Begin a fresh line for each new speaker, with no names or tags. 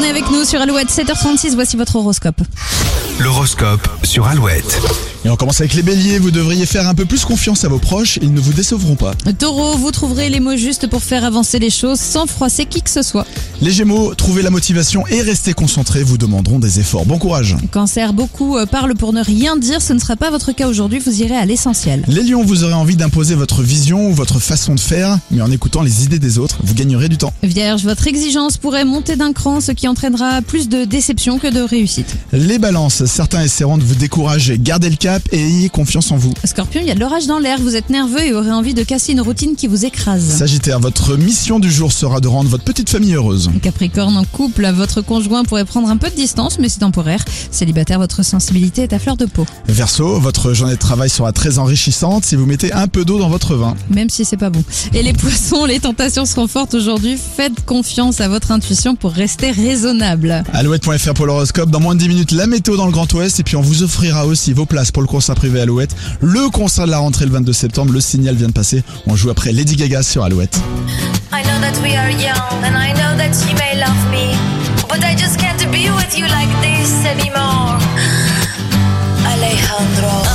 est avec nous sur Alouette 7h36. Voici votre horoscope.
L'horoscope sur Alouette.
Et on commence avec les béliers, vous devriez faire un peu plus confiance à vos proches, ils ne vous décevront pas.
Taureau, vous trouverez les mots justes pour faire avancer les choses sans froisser qui que ce soit.
Les gémeaux, trouvez la motivation et restez concentrés, vous demanderont des efforts. Bon courage.
Cancer, beaucoup euh, parlent pour ne rien dire. Ce ne sera pas votre cas aujourd'hui. Vous irez à l'essentiel.
Les lions, vous aurez envie d'imposer votre vision ou votre façon de faire, mais en écoutant les idées des autres, vous gagnerez du temps.
Vierge, votre exigence pourrait monter d'un cran, ce qui entraînera plus de déception que de réussite.
Les balances, certains essaieront de vous décourager, gardez le cap et ayez confiance en vous.
Scorpion, il y a de l'orage dans l'air. Vous êtes nerveux et aurez envie de casser une routine qui vous écrase.
Sagittaire, votre mission du jour sera de rendre votre petite famille heureuse.
Capricorne, en couple, votre conjoint pourrait prendre un peu de distance, mais c'est temporaire. Célibataire, votre sensibilité est à fleur de peau.
Verseau, votre journée de travail sera très enrichissante si vous mettez un peu d'eau dans votre vin.
même si c'est pas bon. Et les poissons, les tentations seront fortes aujourd'hui. Faites confiance à votre intuition pour rester raisonnable.
Alouette.fr pour l'horoscope. Dans moins de 10 minutes, la météo dans le Grand Ouest. Et puis, on vous offrira aussi vos places pour le concert privé Alouette. Le concert de la rentrée le 22 septembre. Le signal vient de passer. On joue après Lady Gaga sur Alouette.
I know that we are young, and I know that you may love me, but I just can't be with you like this anymore. Alejandro.